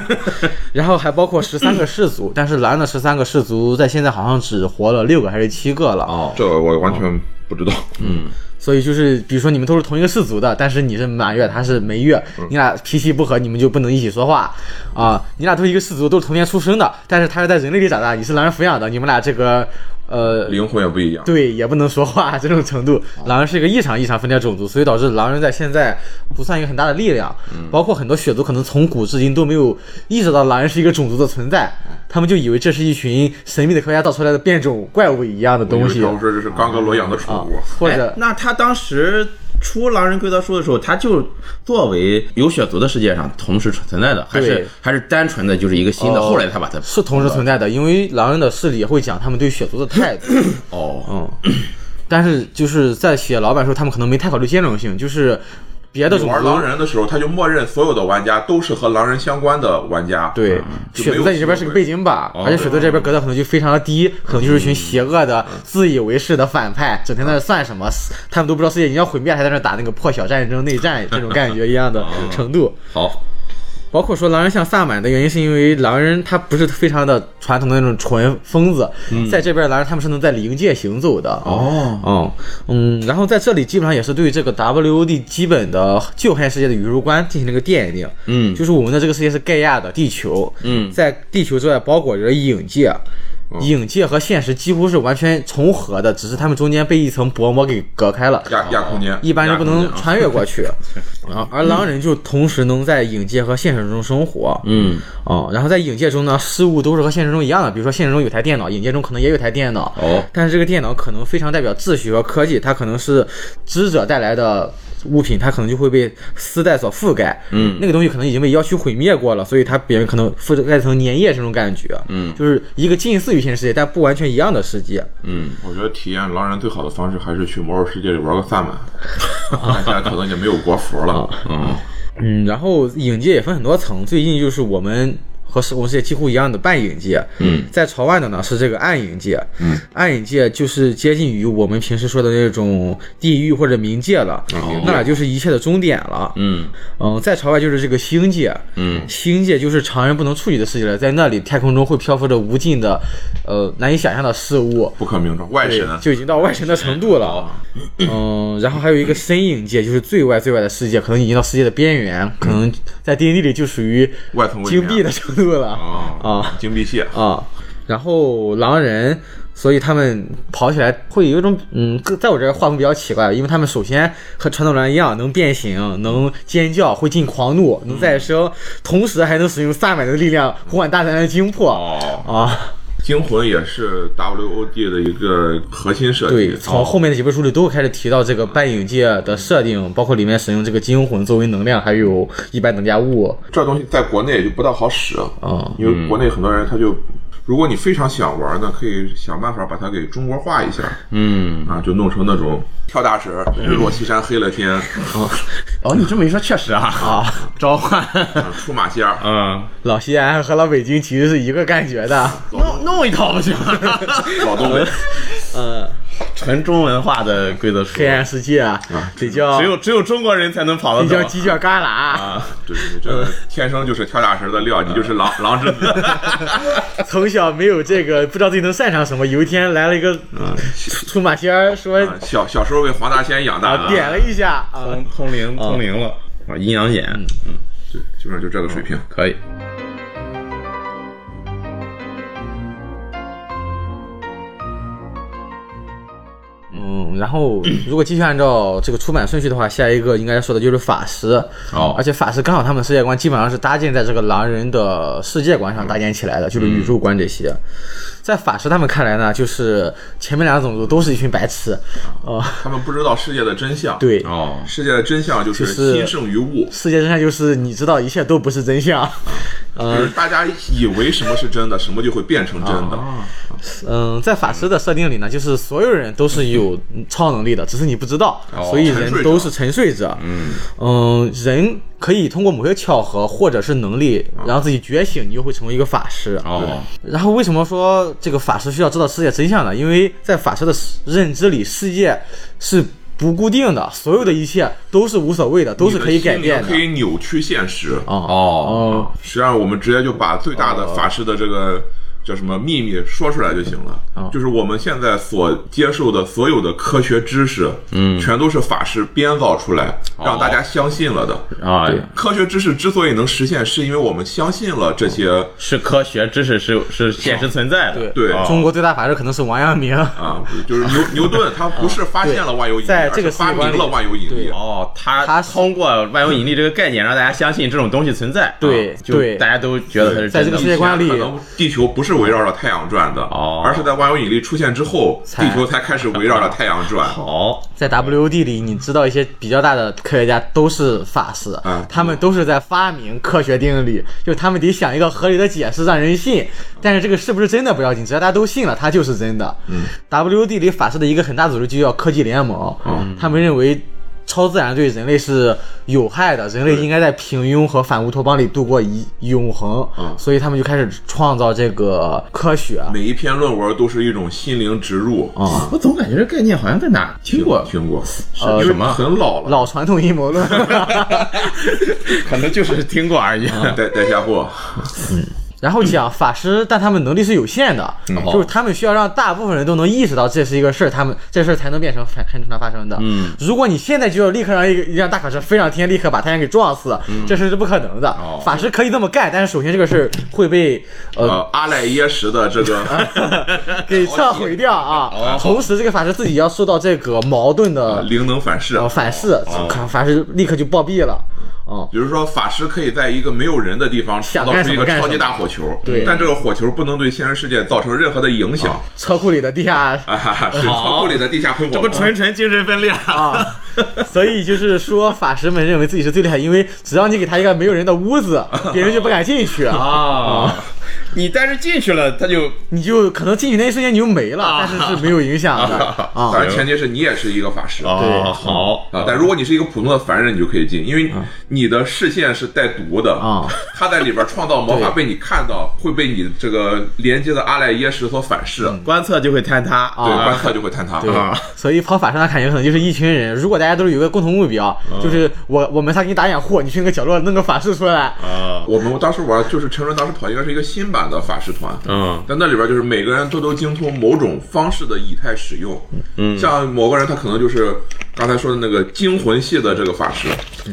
Speaker 1: 然后还包括十三个氏族，但是蓝的十三个氏族在现在好像只活了六个还是七个了啊。
Speaker 3: 哦，
Speaker 2: 这个我完全不知道。嗯，
Speaker 1: 所以就是比如说你们都是同一个氏族的，但是你是满月，他是梅月，
Speaker 2: 嗯
Speaker 1: 你俩脾气不合，你们就不能一起说话啊、你俩都是一个氏族，都是同年出生的，但是他是在人类里长大，你是狼人抚养的，你们俩这个呃
Speaker 2: 灵魂也不一样。
Speaker 1: 对，也不能说话这种程度。
Speaker 2: 嗯
Speaker 1: 狼人是一个异常异常分裂的种族，所以导致狼人在现在不算一个很大的力量。
Speaker 2: 嗯
Speaker 1: 包括很多血族可能从古至今都没有意识到狼人是一个种族的存在，
Speaker 2: 嗯
Speaker 1: 他们就以为这是一群神秘的科学家造出来的变种怪物一样的东西
Speaker 2: 我以为他们说这是刚格罗养的宠
Speaker 1: 啊
Speaker 2: 物。，
Speaker 1: 或
Speaker 3: 哎
Speaker 1: 者
Speaker 3: 那他当时出《狼人归德书》的时候，他就作为有血族的世界上同时存在的，还
Speaker 1: 对
Speaker 3: 是还是单纯的就是一个新的？
Speaker 1: 哦
Speaker 3: 后来他把它
Speaker 1: 是同时存在的，因为狼人的势力也会讲他们对血族的态 度。
Speaker 3: 哦，
Speaker 1: 嗯，但是就是在写老板的时候，他们可能没太考虑兼容性，就是别的
Speaker 2: 你
Speaker 1: 种
Speaker 2: 玩
Speaker 1: 族
Speaker 2: 狼人的时候，他就默认所有的玩家都是和狼人相关的玩家。
Speaker 1: 对，
Speaker 2: 嗯就
Speaker 1: 血
Speaker 2: 没
Speaker 1: 族
Speaker 2: 有哦
Speaker 1: 在你这边是个背景板，而且血族这边格调可能就非常的低，可能
Speaker 2: 嗯
Speaker 1: 就是一群邪恶的、自以为是的反派，整天在那算什么，他们都不知道世界已经要毁灭，还在那打那个破晓战争、内战这种感觉一样的
Speaker 2: 哦
Speaker 1: 程度。
Speaker 3: 好，
Speaker 1: 包括说狼人像萨满的原因，是因为狼人他不是非常的传统的那种纯疯子，在这边狼人他们是能在灵界行走的。
Speaker 3: 嗯哦，
Speaker 1: 嗯嗯，然后在这里基本上也是对这个 WOD 基本的旧汉世界的宇宙观进行了一个奠定。
Speaker 3: 嗯
Speaker 1: 就是我们的这个世界是盖亚的地球，
Speaker 3: 嗯哦
Speaker 1: 在地球之外包裹着影界，影界和现实几乎是完全重合的，只是他们中间被一层薄膜给隔开了。
Speaker 2: 亚亚空间，
Speaker 1: 一般人不
Speaker 2: 亚
Speaker 1: 能
Speaker 2: 空间啊
Speaker 1: 穿越过去，啊，而狼人就同时能在影界和现实中生活，
Speaker 3: 嗯，
Speaker 1: 哦，然后在影界中呢，事物都是和现实中一样的，比如说现实中有台电脑，影界中可能也有台电脑，
Speaker 3: 哦
Speaker 1: 但是这个电脑可能非常代表秩序和科技，它可能是知者带来的物品，它可能就会被丝带所覆盖，嗯，那个东西可能已经被妖区毁灭过了，所以它别人可能覆盖成粘液这种感觉，嗯，就是一个近似于现实世界但不完全一样的世界，
Speaker 2: 我觉得体验狼人最好的方式还是去魔兽世界里玩个萨满， 看起来可能已经没有国服
Speaker 1: 啊
Speaker 2: 了。嗯，
Speaker 1: 嗯，然后影界也分很多层，最近就是我们。和我们世界几乎一样的半影界，嗯，在朝外的呢是这个暗影界，嗯，暗影界就是接近于我们平时说的那种地狱或者哦冥界了，那俩就是一切的终点了，
Speaker 3: 嗯
Speaker 1: 嗯，再朝外就是这个星界，嗯，星界就是常人不能触及的世界了，在那里太空中会漂浮着无尽的，呃，难以想象的事物，
Speaker 2: 不可名状，外
Speaker 1: 对
Speaker 2: 神。
Speaker 1: 就已经到外神的程度
Speaker 2: 啊
Speaker 1: 了。嗯，然后还有一个深影界，就是最外最外的世界，可能已经到世界的边缘，可能在 D N D 里就属于
Speaker 2: 嗯外层文明
Speaker 1: 金币的程度了
Speaker 2: 啊
Speaker 1: 啊
Speaker 2: 金币蟹，
Speaker 1: 啊。然后狼人，所以他们跑起来会有一种嗯，更在我这儿画风比较奇怪，因为他们首先和传统狼人一样能变形，能尖叫，会进狂怒，能再
Speaker 2: 嗯
Speaker 1: 生，同时还能使用萨满的力量呼唤大自然的惊魄
Speaker 2: 哦，
Speaker 1: 啊。
Speaker 2: 惊魂也是 WOD 的一个核心设计。
Speaker 1: 对，
Speaker 2: 哦
Speaker 3: 啊
Speaker 1: 从后面的几本书里都开始提到这个半影界的设定，包括里面使用这个惊魂作为能量，还有一般等价物。
Speaker 2: 这东西在国内也就不大好使，啊
Speaker 1: 嗯，
Speaker 2: 因为国内很多人他就，如果你非常想玩呢，可以想办法把它给中国化一下
Speaker 3: 嗯，
Speaker 2: 啊，就弄成那种跳大神、日落西山黑了天、
Speaker 3: 哦，你这么一说，确实啊，啊，召唤，
Speaker 2: 啊出马仙儿，
Speaker 3: 嗯，
Speaker 1: 老西安和老北京其实是一个感觉的。
Speaker 3: 弄弄一套不行啊 呃吗，
Speaker 2: 老东北。
Speaker 3: 纯中文化的规则书
Speaker 1: 黑，暗世界啊得叫
Speaker 3: 啊只有啊只有中国人才能跑
Speaker 1: 得
Speaker 3: 得
Speaker 1: 叫
Speaker 3: 走。
Speaker 1: 犄角旮旯，啊
Speaker 2: 对对对，这个天生就是跳大神的料，你就是狼狼之子。
Speaker 1: 从小没有这个，不知道自己能擅长什么。有一天来了一个出出马仙儿，说
Speaker 2: 啊小小时候被黄大仙养大
Speaker 1: 啊
Speaker 2: 的，
Speaker 1: 点了一下啊，
Speaker 3: 通通灵通灵了啊，阴阳眼
Speaker 2: 对，基本上就这个水平。
Speaker 3: 可以。
Speaker 1: 嗯，然后如果继续按照这个出版顺序的话，下一个应该说的就是法师。
Speaker 3: 哦
Speaker 1: 而且法师刚好他们世界观基本上是搭建在这个狼人的世界观上搭建起来的，就是宇宙观这些。在法师他们看来呢，就是前面两个种族都是一群白痴，呃，
Speaker 2: 他们不知道世界的真相，，
Speaker 1: 对，
Speaker 3: 哦，
Speaker 2: 世界的真相就
Speaker 1: 就
Speaker 2: 是
Speaker 1: 是
Speaker 2: 心胜于物，
Speaker 1: 世界真相就是你知道一切都不是真相。
Speaker 2: 就是大家以为什么是真的，什么就会变成真的。
Speaker 1: 嗯，在法师的设定里呢，就是所有人都是有超能力的，只是你不知道，所以人都是哦沉睡者。嗯人可以通过某些巧合或者是能力，让自己觉醒，你就会成为一个法师。
Speaker 3: 哦，
Speaker 1: 然后为什么说这个法师需要知道世界真相呢？因为在法师的认知里，世界是不固定的，所有的一切都是无所谓的，都是可以改变的
Speaker 2: 你的心灵。可以扭曲现实。
Speaker 1: 哦
Speaker 3: 哦，
Speaker 1: 哦，
Speaker 2: 实际上，我们直接就把最大的法师的这个叫什么秘密说出来就行
Speaker 1: 哦
Speaker 2: 了。就是我们现在所接受的所有的科学知识，嗯，全都是法师编造出来，
Speaker 1: 哦
Speaker 2: 让大家相信了的。
Speaker 3: 啊，
Speaker 2: 科学知识之所以能实现，是因为我们相信了这
Speaker 1: 哦
Speaker 2: 些
Speaker 3: 是科学知识是是现实存在的，
Speaker 2: 对
Speaker 1: 中国最大法师可能是王阳明。
Speaker 2: 啊，就是牛牛顿他不是发现了万有引力，
Speaker 1: 在这个
Speaker 2: 而是发
Speaker 1: 世界观
Speaker 2: 明
Speaker 1: 里
Speaker 2: 了万有引力
Speaker 1: 对。
Speaker 3: 哦，他
Speaker 1: 他是
Speaker 3: 通过万有引力这个概念，让大家相信这种东西存在。
Speaker 1: 对
Speaker 3: 啊就
Speaker 1: 对
Speaker 3: 大家都觉得它是
Speaker 1: 在这
Speaker 3: 真
Speaker 1: 个
Speaker 3: 的
Speaker 1: 世界观里
Speaker 2: 可，能地球不是围绕着太阳转的，
Speaker 3: 哦
Speaker 2: 而是在万有引力出现之后，
Speaker 1: 才
Speaker 2: 地球才开始围绕着太阳转。
Speaker 3: 好，
Speaker 1: 在 WD 里，你知道一些比较大的科学家都是法师，
Speaker 2: 嗯
Speaker 1: 他们都是在发明科学定律，就他们得想一个合理的解释让人信。但是这个是不是真的不要紧，只要大家都信了，它就是真的。嗯，WD 里法师的一个很大组织就叫科技联盟，他们认为。超自然对人类是有害的，人类应该在平庸和反乌托邦里度过一永恒，
Speaker 2: 嗯
Speaker 1: 所以他们就开始创造这个科学。
Speaker 2: 每一篇论文都是一种心灵植入啊，
Speaker 3: 哦我总感觉这概念好像在哪听过，
Speaker 2: 听过，
Speaker 3: 呃
Speaker 2: 因为
Speaker 3: 什么
Speaker 2: 很老了，
Speaker 1: 老传统阴谋论，
Speaker 3: 可能就是听过而 已。
Speaker 1: 啊
Speaker 2: 带带下货，
Speaker 1: 然后讲法师，但他们能力是有限的，就是他们需要让大部分人都能意识到这是一个事儿，他们这事儿才能变成很很正常发生的。嗯，如果你现在就要立刻让一个一辆大卡车飞上天，立刻把太阳给撞死，这事儿是不可能的。
Speaker 3: 哦
Speaker 1: 法师可以这么干，但是首先这个事儿会被 呃啊
Speaker 2: 呃，阿赖耶识的 这个
Speaker 1: 给撤回掉啊。同时，这个法师自己要受到这个矛盾
Speaker 2: 呃
Speaker 1: 的
Speaker 2: 灵能反噬
Speaker 1: 呃。反噬，法师立刻就暴毙了。哦，
Speaker 2: 比如说，法师可以在一个没有人的地方创
Speaker 1: 想
Speaker 2: 造
Speaker 1: 干
Speaker 2: 出一
Speaker 1: 什
Speaker 2: 个
Speaker 1: 么干
Speaker 2: 超级
Speaker 1: 什么
Speaker 2: 大火球，
Speaker 1: 对
Speaker 2: 但这个火球不能对现实世界造成任何的影响。
Speaker 1: 车库里的地下
Speaker 2: 啊哈 哈，是仓库里的地下喷火，
Speaker 3: 纯精神分裂啊！
Speaker 1: 啊，所以就是说，法师们认为自己是最厉害，因为只要你给他一个没有人的屋 子，别人就不敢进去啊，
Speaker 3: 啊，你但是进去了，他就
Speaker 1: 你就可能进去那一瞬间你就没了，但是是没有影响 的啊。
Speaker 2: 当然前提是你也是一个法师
Speaker 3: 啊好
Speaker 2: 啊，但如果你是一个普通的凡人，你就可以进，因为你的视线是带毒的
Speaker 1: 啊。
Speaker 2: 他在里边创造魔法，被你看到，会被你这个连接的阿赖耶识所反噬，
Speaker 3: 观测就会坍塌
Speaker 2: 对，
Speaker 3: 嗯啊
Speaker 2: 观测就会坍塌。
Speaker 1: 对
Speaker 2: 啊，
Speaker 1: 所以跑法师那感觉可能就是一群人，如果大家都是有一个共同目标，就是我我们仨给你打掩护，你去那个角落弄个法师出来，
Speaker 3: 啊
Speaker 1: 嗯
Speaker 2: 我们当时玩就是陈伦当时跑应该是一个新版的法师团，
Speaker 3: 嗯
Speaker 2: 但那里边就是每个人都都精通某种方式的以太使用，嗯，像某个人他可能就是刚才说的那个惊魂系的这个法师，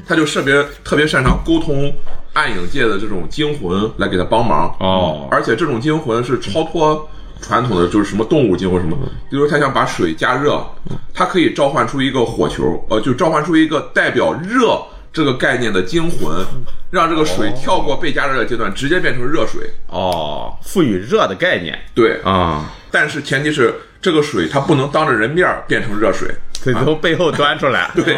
Speaker 2: 他就特别特别擅长沟通暗影界的这种惊魂来给他帮忙，
Speaker 3: 哦
Speaker 2: 而且这种惊魂是超脱。传统的就是什么动物惊魂什么，比如他想把水加热，他可以召唤出一个火球，呃，就召唤出一个代表热这个概念的惊魂，让这个水跳过被加热的阶段，直接变成热水。
Speaker 3: 哦，赋予热的概念
Speaker 2: 对，
Speaker 3: 啊，
Speaker 2: 但是前提是这个水它不能当着人面儿变成热水。
Speaker 3: 得从背后端出来，
Speaker 2: 对、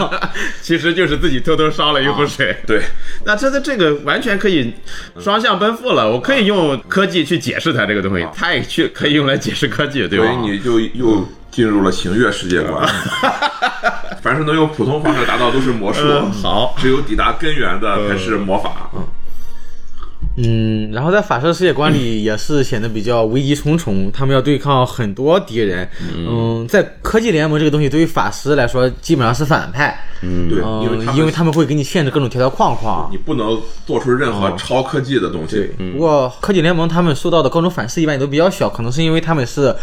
Speaker 3: 其实就是自己偷偷烧了一壶水。
Speaker 1: 啊
Speaker 2: 对，
Speaker 3: 那这的这个完全可以双向奔赴了，我可以用科技去解释它这个东西，它也去可以用来解释科技，对
Speaker 2: 所以
Speaker 3: 吧？
Speaker 2: 你就又进入了行月世界观。
Speaker 1: 啊
Speaker 2: 凡是能用普通方式达到都是魔术，
Speaker 3: 嗯好
Speaker 2: 只有抵达根源的才是魔法。
Speaker 1: 嗯，然后在法师世界观里也是显得比较危机重重，他们要对抗很多敌人。嗯，在科技联盟这个东西对于法师来说基本上是反派，嗯，
Speaker 2: 对，因为他
Speaker 1: 因为
Speaker 2: 们
Speaker 1: 他们会给你限制各种条条框框。
Speaker 2: 你不能做出任
Speaker 1: 哦
Speaker 2: 何超科技的东西。
Speaker 1: 不过科技联盟他们受到的各种反噬一般也都比较小，可能是因为他们是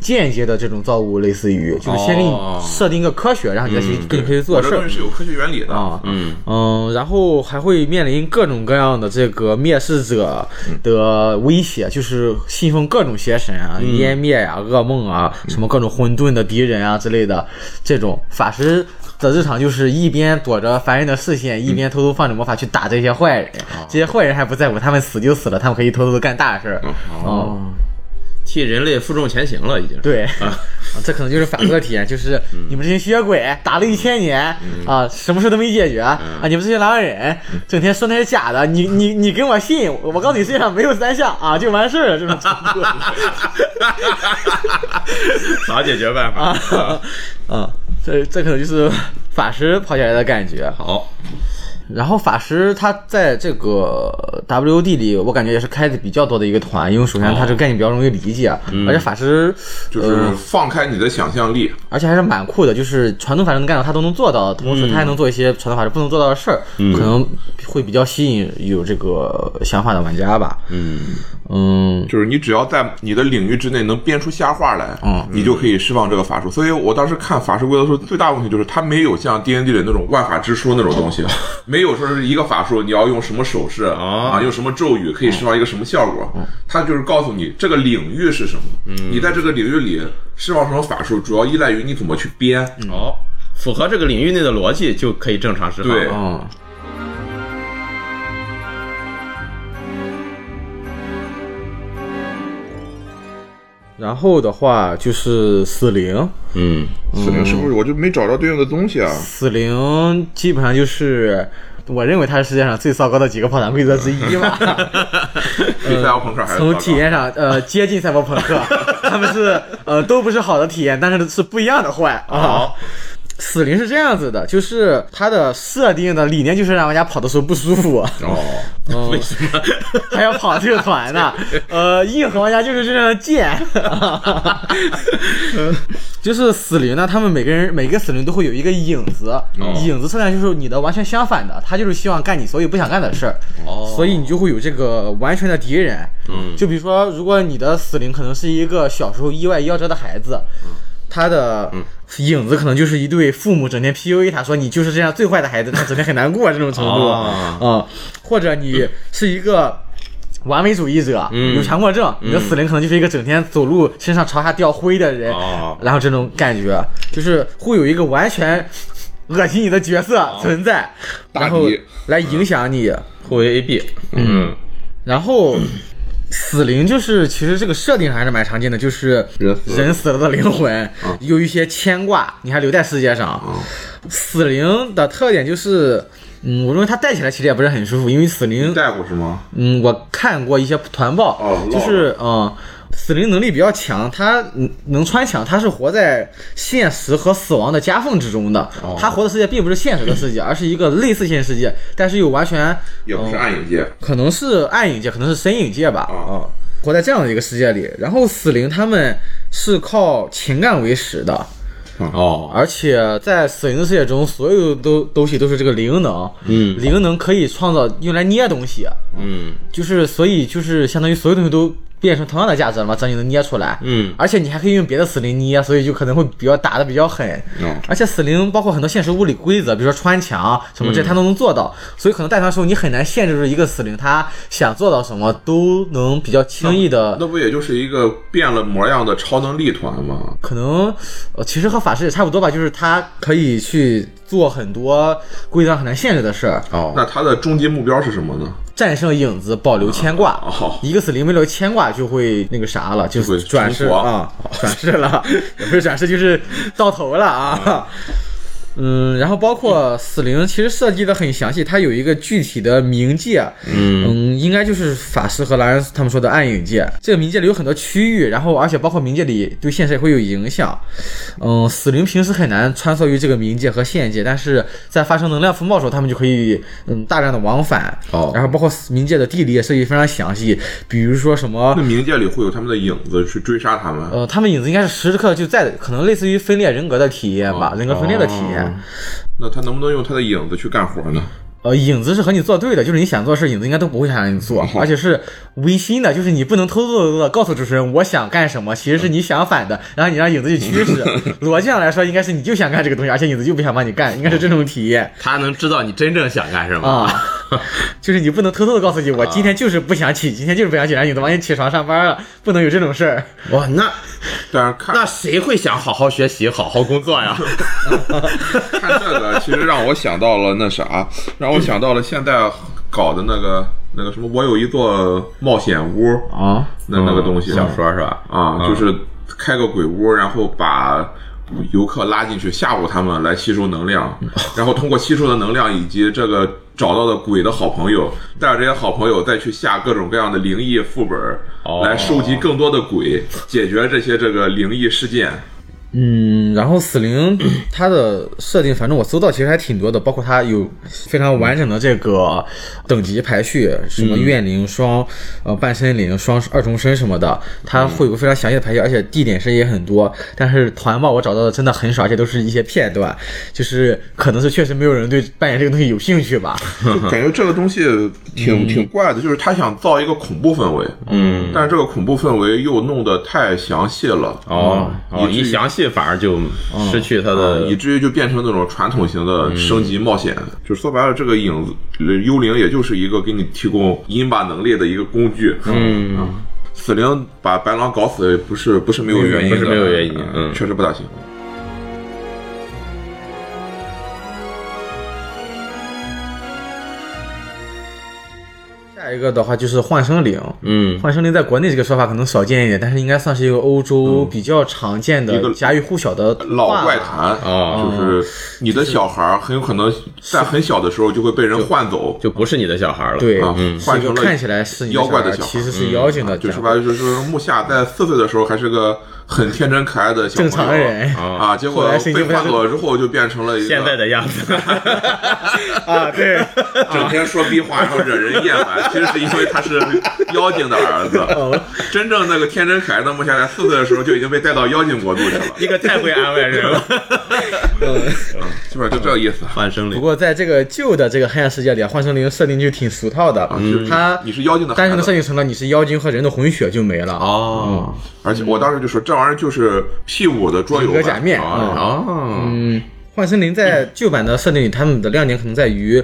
Speaker 1: 间接的这种造物，类似于就是先给你
Speaker 3: 哦
Speaker 1: 设定一个科学，然后你再去跟你可以做
Speaker 2: 嗯我这
Speaker 1: 事儿
Speaker 2: 东。西是有科学原理的。
Speaker 1: 啊，嗯然后还会面临各种各样的这个蔑视者的威胁，就是信奉各种邪神啊、湮灭呀、噩梦啊、什么各种混沌的敌人啊之类的。这种法师的日常就是一边躲着凡人的视线，一边偷偷放着魔法去打这些坏人。这些坏人还不在乎，他们死就死了，他们可以偷偷的干大事儿。哦、
Speaker 3: 替人类负重前行了，已经。
Speaker 1: 对，啊，这可能就是法师的体验，就是你们这些吸血鬼打了一千年啊，什么事都没解决啊，你们这些狼人整天说那些假的，你你你给我信，我告诉你世界上没有三项啊，就完事儿了，这种程度
Speaker 3: 好解决办法。
Speaker 1: 啊啊，这这可能就是法师跑起来的感觉。
Speaker 3: 好，
Speaker 1: 然后法师他在这个 WD 里，我感觉也是开的比较多的一个团，因为首先他这个概念比较容易理解，啊而且法师
Speaker 2: 就是
Speaker 1: 嗯
Speaker 2: 放开你的想象力，
Speaker 1: 而且还是蛮酷的，就是传统法师能干到他都能做到，同时他还能做一些传统法师不能做到的事儿，可能会比较吸引有这个想法的玩家吧。嗯嗯
Speaker 2: 就是你只要在你的领域之内能编出瞎话来，
Speaker 1: 嗯
Speaker 2: 你就可以释放这个法术。所以我当时看法术规则的时候，最大问题就是它没有像 D N D 的那种万法之书那种东西，没有说是一个法术你要用什么手势
Speaker 3: 哦
Speaker 2: 啊，用嗯什么咒语可以释放一个什么效果，它就是告诉你这个领域是什么，你在这个领域里释放什么法术，主要依赖于你怎么去编。
Speaker 3: 哦，符合这个领域内的逻辑就可以正常释放。
Speaker 2: 对
Speaker 1: 嗯，然后的话就是死灵，
Speaker 3: 嗯，
Speaker 2: 死灵是不是我就没找着对应的东西啊？
Speaker 1: 死灵基本上就是我认为它是世界上最糟糕的几个跑团规则之一吧。
Speaker 2: 比赛奥朋克还是糟糕
Speaker 1: 从体验上，呃，接近赛博 朋克，他们是呃都不是好的体验，但是是不一样的坏啊。死灵是这样子的，就是它的设定的理念就是让玩家跑的时候不舒服，啊
Speaker 2: 哦，
Speaker 3: 为什么？
Speaker 1: 还要跑这个团 呢。呃，硬核玩家就是这样的贱。 就是死灵呢，他们每个人每个死灵都会有一个影子，
Speaker 3: 哦
Speaker 1: 影子策略就是你的完全相反的，他就是希望干你所有不想干的事儿，
Speaker 3: 哦
Speaker 1: 所以你就会有这个完全的敌人。嗯，就比如说，如果你的死灵可能是一个小时候意外夭折的孩子，
Speaker 3: 嗯
Speaker 1: 他的影子可能就是一对父母整天 PUA 他说你就是这样最坏的孩子，他整天很难过这种程度
Speaker 3: 哦
Speaker 1: 啊、或者你是一个。完美主义者，
Speaker 2: 嗯
Speaker 1: 有强迫症，你的死灵可能就是一个整天走路身上朝下掉灰的人，
Speaker 3: 哦
Speaker 1: 然后这种感觉就是会有一个完全恶心你的角色存在，
Speaker 2: 哦大
Speaker 1: 然后
Speaker 2: 敌
Speaker 1: 来影响你，
Speaker 3: 互为 AB。嗯，
Speaker 1: 然后。死灵就是，其实这个设定还是蛮常见的，就是
Speaker 2: 人死了哦
Speaker 1: 人死了的灵魂，有一些牵挂，你还留在世界上。死灵的特点就是，嗯，我认为它戴起来其实也不是很舒服，因为死灵
Speaker 2: 大夫是吗？
Speaker 1: 嗯，我看过一些团报，
Speaker 2: 哦
Speaker 1: 就是嗯，死灵能力比较强，他能穿墙，他是活在现实和死亡的夹缝之中的。他活的世界并不是现实的世界，而是一个类似现实世界，但是又完全
Speaker 2: 也不是
Speaker 1: 哦
Speaker 2: 暗影界
Speaker 1: 可能是暗影界，可能是深影界吧。
Speaker 2: 啊
Speaker 1: 嗯活在这样的一个世界里，然后死灵他们是靠情感为食的，
Speaker 3: 哦，
Speaker 1: 而且在死灵的世界中，所有都东西都是这个灵能，嗯，灵能可以创造用来捏东西，啊
Speaker 3: 嗯
Speaker 1: 就是所以就是相当于所有东西都变成同样的价值了嘛，只要你能捏出来，
Speaker 3: 嗯
Speaker 1: 而且你还可以用别的死灵捏，所以就可能会比较打的比较狠。
Speaker 2: 嗯
Speaker 1: 而且死灵包括很多现实物理规则，比如说穿墙什么这些，它都能做到，所以可能带团的时候你很难限制住一个死灵，他想做到什么都能比较轻易的。
Speaker 2: 那不也就是一个变了模样的超能力团吗？
Speaker 1: 可能，呃，其实和法师也差不多吧，就是他可以去做很多规则上很难限制的事儿，
Speaker 3: 哦，
Speaker 2: 那他的终极目标是什么呢？
Speaker 1: 战胜影子，保留牵挂。
Speaker 2: 哦
Speaker 1: 一个死灵没留牵挂就会那个啥了，就
Speaker 2: 会
Speaker 1: 是转世
Speaker 2: 成佛
Speaker 1: 啊，转世了，也不是转世，就是到头了啊。嗯，然后包括死灵，其实设计的很详细，它有一个具体的冥界，嗯应该就是法师和狼人他们说的暗影界。这个冥界里有很多区域，然后而且包括冥界里对现实也会有影响。嗯，死灵平时很难穿梭于这个冥界和现界，但是在发生能量风暴的时候，他们就可以嗯大量的往返。
Speaker 3: 哦
Speaker 1: 然后包括冥界的地理也设计非常详细，比如说什么
Speaker 2: 那冥界里会有他们的影子去追杀他们。
Speaker 1: 呃，他们影子应该是时时刻刻就在的，可能类似于分裂人格的体验吧，人格分裂的体验。
Speaker 2: 那他能不能用他的影子去干活呢？
Speaker 1: 呃，影子是和你作对的，就是你想做的事，影子应该都不会想让你做，而且是违心的，就是你不能偷偷的告诉主持人我想干什么，其实是你想反的，然后你让影子去驱使。逻辑上来说，应该是你就想干这个东西，而且影子就不想帮你干，应该是这种体验
Speaker 3: 他能知道你真正想干什么。
Speaker 1: 啊。 就是你不能偷偷的告诉你，我今天就是不想起，今天就是不想起，然后影子完全起床上班了，不能有这种事儿。
Speaker 3: 哇，那
Speaker 2: 但是看
Speaker 3: 那谁会想好好学习、好好工作 呀？
Speaker 2: 看这个，其实让我想到了那啥，让我想到了现在搞的那个那个什么，我有一座冒险屋
Speaker 1: 啊，
Speaker 2: 那那个东西
Speaker 3: 嗯小说是吧？嗯
Speaker 2: 啊，就是开个鬼屋，然后把。游客拉进去，吓唬他们来吸收能量，
Speaker 3: 嗯
Speaker 2: 然后通过吸收的能量以及这个找到的鬼的好朋友，带着这些好朋友再去下各种各样的灵异副本，
Speaker 3: 哦
Speaker 2: 来收集更多的鬼，解决这些这个灵异事件。
Speaker 1: 嗯，然后死灵它的设定，反正我搜到其实还挺多的，包括它有非常完整的这个等级排序，什
Speaker 2: 嗯
Speaker 1: 么怨灵、双呃半身灵、双二重身什么的，
Speaker 2: 嗯
Speaker 1: 它会有个非常详细的排序，而且地点是也很多。但是团报我找到的真的很少，而且都是一些片段，就是可能是确实没有人对扮演这个东西有兴趣吧。
Speaker 2: 就感觉这个东西
Speaker 3: 嗯
Speaker 2: 挺挺怪的，就是他想造一个恐怖氛围，嗯，但是这个恐怖氛围又弄得太详细了，
Speaker 3: 哦哦，一详细反而就失去它的
Speaker 2: 以至于就变成那种传统型的
Speaker 3: 嗯
Speaker 2: 升级冒险。就是说白了，这个影子呃幽灵也就是一个给你提供引把能力的一个工具。嗯，死灵把白狼搞死不是不是没有原因的，
Speaker 3: 不是没有原因嗯
Speaker 2: 确实不大行。
Speaker 1: 下一个的话就是幻生灵，
Speaker 3: 嗯
Speaker 1: 幻生灵在国内这个说法可能少见一点，但是应该算是一个欧洲比较常见
Speaker 2: 嗯一个
Speaker 1: 的、家喻户晓的
Speaker 2: 老
Speaker 1: 话
Speaker 2: 怪谈
Speaker 3: 哦
Speaker 2: 就是你的小孩儿很有可能在很小的时候就会被人换走，
Speaker 3: 就不是你的小孩了。
Speaker 1: 对，
Speaker 2: 啊
Speaker 1: 是
Speaker 2: 换
Speaker 1: 一个
Speaker 2: 成了
Speaker 1: 看起来是你
Speaker 2: 妖怪的
Speaker 1: 小
Speaker 2: 小
Speaker 1: 孩
Speaker 2: 孩
Speaker 1: 其实是妖精的，
Speaker 2: 啊就
Speaker 1: 这
Speaker 2: 是
Speaker 1: 样
Speaker 2: 吧？就是木下在四岁的时候还是个很天真可爱的小朋
Speaker 1: 正
Speaker 2: 友
Speaker 1: 常人
Speaker 2: 啊，结
Speaker 1: 后
Speaker 2: 果
Speaker 1: 来神
Speaker 2: 被
Speaker 1: 经不太
Speaker 2: 换走了之后就变成了一个
Speaker 3: 现在的样子，
Speaker 1: 啊，对，
Speaker 2: 整天说逼话，然后惹人厌 烦。其实是因为他是妖精的儿
Speaker 1: 哦
Speaker 2: 子，真正那个天真可爱的木下在四岁的时候就已经被带到妖精国度 去了，
Speaker 3: 一个太会安慰人了。
Speaker 2: 基本上就这个意思。
Speaker 3: 半生
Speaker 1: 不，过在这个旧的这个黑暗世界里，啊，幻生灵设定就挺俗套的，
Speaker 2: 啊就是
Speaker 1: 它
Speaker 2: 你是妖精的
Speaker 1: 单
Speaker 2: 孩
Speaker 1: 纯的设
Speaker 2: 子，
Speaker 1: 定成了你是妖精和人的混血就没了啊。
Speaker 3: 哦
Speaker 2: 而且我当时就说这玩意儿就是屁股的桌游
Speaker 1: 皮革
Speaker 2: 版
Speaker 1: 假面
Speaker 2: 啊
Speaker 3: 哦，
Speaker 1: 嗯，幻森林在
Speaker 2: 嗯
Speaker 1: 旧版的设定里，他们的亮点可能在于，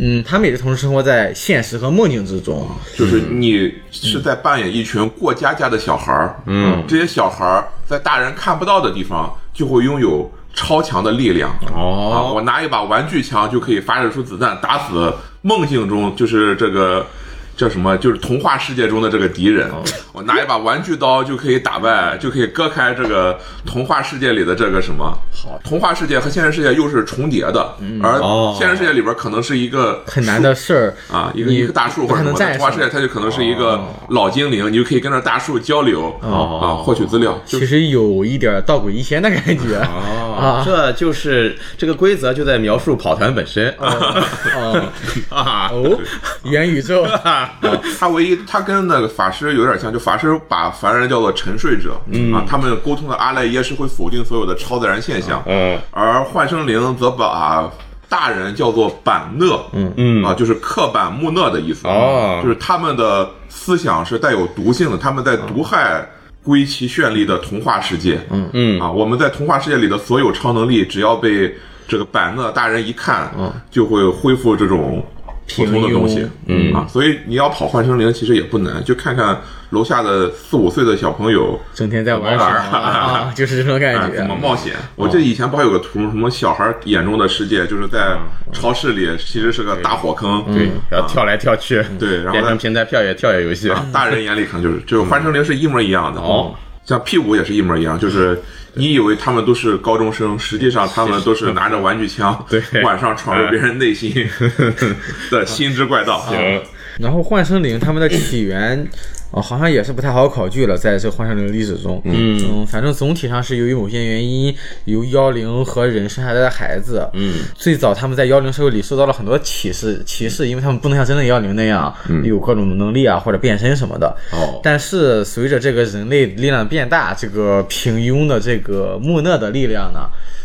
Speaker 1: 嗯，他们也是同时生活在现实和梦境之中。
Speaker 2: 就是你是在扮演一群过家家的小孩儿，嗯，这些小孩儿在大人看不到的地方就会拥有超强的力量。
Speaker 3: 哦
Speaker 2: 啊，我拿一把玩具枪就可以发射出子弹，打死梦境中就是这个。叫什么？就是童话世界中的这个敌人，我拿一把玩具刀就可以打败，就可以割开这个童话世界里的这个什么？好，童话世界和现实世界又是重叠的，而
Speaker 3: 哦
Speaker 2: 现实世界里边可能是一个
Speaker 1: 很难的事儿
Speaker 2: 啊，一个
Speaker 1: 你
Speaker 2: 一个大树或者什
Speaker 1: 不可能
Speaker 2: 么的，
Speaker 1: 战
Speaker 2: 童话
Speaker 1: 胜
Speaker 2: 世界它就可能是一个老精灵，你就可以跟着大树交流啊，获取资料。就啊
Speaker 1: 其实有一点道鬼异仙的感觉。
Speaker 3: 哦，这就是这个规则就在描述跑团 本身
Speaker 1: 哦，
Speaker 3: 啊。
Speaker 1: 哦元宇 宙，
Speaker 2: 它唯一它跟那个法师有点像，就法师把凡人叫做沉睡者啊，他们沟通的阿赖耶识会否定所有的超自然现象，
Speaker 3: 嗯
Speaker 2: 而幻生灵则把。大人叫做板讷，嗯嗯啊，就是刻板木讷的意思
Speaker 3: 哦
Speaker 2: 就是他们的思想是带有毒性的，他们在毒害归其绚丽的童话世界，嗯
Speaker 3: 嗯
Speaker 2: 啊，我们在童话世界里的所有超能力，只要被这个板讷大人一看，就会恢复这种普通的东
Speaker 1: 平
Speaker 2: 西
Speaker 1: 庸，
Speaker 2: 嗯啊，所以你要跑幻生灵其实也不难，就看看楼下的四五岁的小朋友。
Speaker 1: 整天在玩什
Speaker 2: 玩
Speaker 1: 么啊？就是这种
Speaker 2: 哎
Speaker 1: 感，
Speaker 2: 怎么
Speaker 1: 觉。
Speaker 2: 冒险？我记得以前不还有个图，什么小孩眼中的世界，就是在超市里其实是个大火坑，对
Speaker 3: 然后跳来跳去，
Speaker 2: 嗯对，然后
Speaker 3: 变
Speaker 2: 在
Speaker 3: 成平台跳跃跳跃游戏。
Speaker 2: 啊大人眼里可能就是，就是幻生灵是一模一样的
Speaker 3: 哦，
Speaker 2: 像屁股也是一模一样，就是你以为他们都是高中生，实际上他们都是拿着玩具枪，
Speaker 3: 对
Speaker 2: 晚上闯入别人内心的心之怪盗。
Speaker 3: 嗯
Speaker 1: 然后幻生灵他们的起源。哦，好像也是不太好考据了，在这幻生灵的历史中，嗯反正总体上是由于某些原因，由妖灵和人生下来的孩子，嗯，最早他们在妖灵社会里受到了很多歧视，歧视，因为他们不能像真正妖灵那样、有各种能力啊或者变身什么的，
Speaker 3: 哦
Speaker 1: 但是随着这个人类力量变大，这个平庸的这个木讷的力量呢，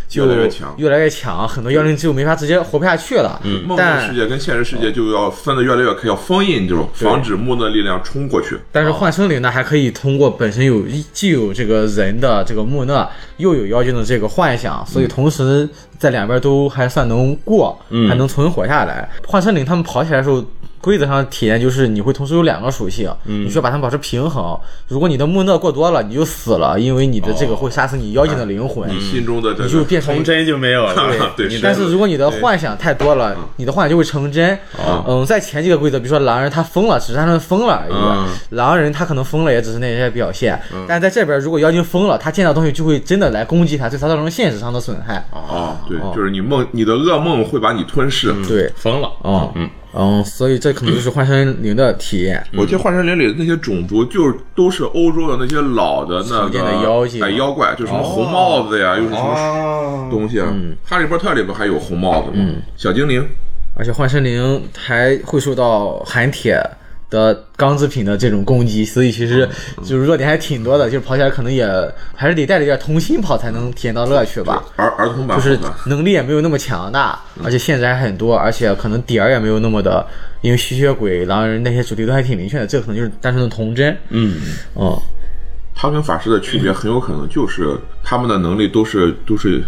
Speaker 1: 就
Speaker 2: 越来越强
Speaker 1: 越来越强，很多妖灵就没法直接活不下去了，嗯
Speaker 2: 梦
Speaker 1: 但
Speaker 2: 境世界跟现实世界就要分得越来越开，要封印这种，防止木讷力量冲过去。
Speaker 1: 但是幻生灵呢，还可以通过本身有既有这个人的这个木讷，又有妖精的这个幻想，所以同时在两边都还算能过，还能存活下来。幻生灵他们跑起来的时候。规则上的体验就是你会同时有两个属性，你需要把它们保持平衡。如果你的木讷过多了，你就死了，因为你的这个会杀死你妖精的灵魂，
Speaker 2: 你心中的这
Speaker 1: 你就
Speaker 2: 个，
Speaker 1: 变成一
Speaker 3: 童
Speaker 1: 个
Speaker 3: 真就没有了。
Speaker 2: 对啊是
Speaker 3: 你的
Speaker 1: 但是如果你的幻想太多了，你的幻想就会成真。嗯，在前几个规则，比如说狼人他疯了，只是他们疯了而
Speaker 3: 嗯
Speaker 1: 已。狼人他可能疯了，也只是那些表现。但在这边，如果妖精疯了，他见到东西就会真的来攻击他，对他造成现实上
Speaker 2: 啊
Speaker 1: 的损害。
Speaker 2: 哦，对，就是你梦，你的噩梦会把你吞噬。
Speaker 1: 对，
Speaker 3: 疯了。
Speaker 1: 哦，嗯，嗯，所以这可能就是幻山林的体验。
Speaker 2: 我记得《幻山林》里的那些种族，就是都是欧洲的那些老的那
Speaker 1: 常见
Speaker 2: 个
Speaker 1: 的妖精啊
Speaker 2: 哎，妖怪，就什么红帽子呀，又是什么
Speaker 4: 啊，
Speaker 2: 东西啊？
Speaker 1: 嗯
Speaker 2: 哈利波特》里不还有红帽子吗？小精灵，
Speaker 1: 而且幻山灵还会受到寒铁的钢制品的这种攻击，所以其实就是弱点还挺多的，就是跑起来可能也还是得带着点童心跑才能体验到乐趣吧。
Speaker 2: 儿儿童版
Speaker 1: 就是
Speaker 2: 红的
Speaker 1: 能力也没有那么强大，而且限制还很多，而且可能点儿也没有那么的，因为吸血鬼、狼人那些主题都还挺明确的，这可能就是单纯的童真。嗯，哦，
Speaker 2: 他跟法师的区别很有可能就是他们的能力都是都是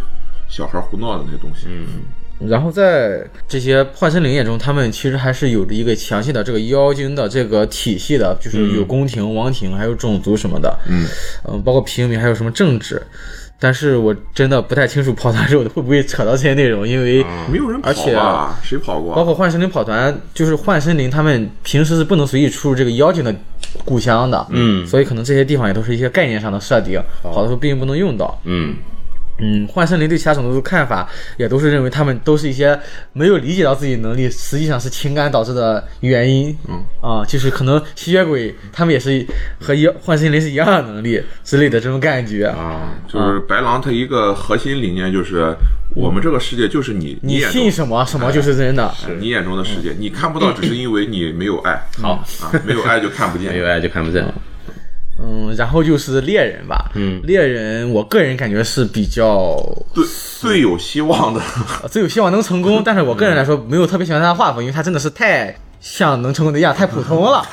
Speaker 2: 小孩胡闹的那些东西。嗯，
Speaker 1: 然后在这些幻身灵眼中，他们其实还是有着一个详细的这个妖精的这个体系的，就是有宫廷、王庭，还有种族什么的，嗯，包括平民，还有什么政治。但是我真的不太清楚 跑团之后会不会扯到这些内容，因为
Speaker 2: 没有人跑
Speaker 1: 而且
Speaker 2: 吧？谁跑过啊？
Speaker 1: 包括幻神林跑团，就是幻神林他们平时是不能随意出入这个妖精的故乡的，嗯，所以可能这些地方也都是一些概念上的设定，跑的时候并不能用到。
Speaker 3: 嗯，
Speaker 1: 嗯，幻神林对其他种族的看法也都是认为他们都是一些没有理解到自己能力，实际上是情感导致的原因。嗯啊，就是可能吸血鬼他们也是和一幻神林是一样的能力之类的这种感觉。
Speaker 2: 啊，就是白狼，他一个核心理念就是，我们这个世界就是你
Speaker 1: 嗯你
Speaker 2: 你
Speaker 1: 哎
Speaker 2: 眼
Speaker 1: 信
Speaker 2: 中
Speaker 1: 什么，什么就是真的。
Speaker 2: 你眼中的世界，你看不到，只是因为你没有爱。好啊，没有爱就看不
Speaker 3: 没有
Speaker 2: 见。
Speaker 3: 爱就看不见。
Speaker 1: 嗯，然后就是猎人吧。嗯，猎人，我个人感觉是比较
Speaker 2: 最最有希望的，
Speaker 1: 呃最有希望能成功，但是我个人来说没有特别喜欢他的画风，因为他真的是太像能成功的一样，太普通了。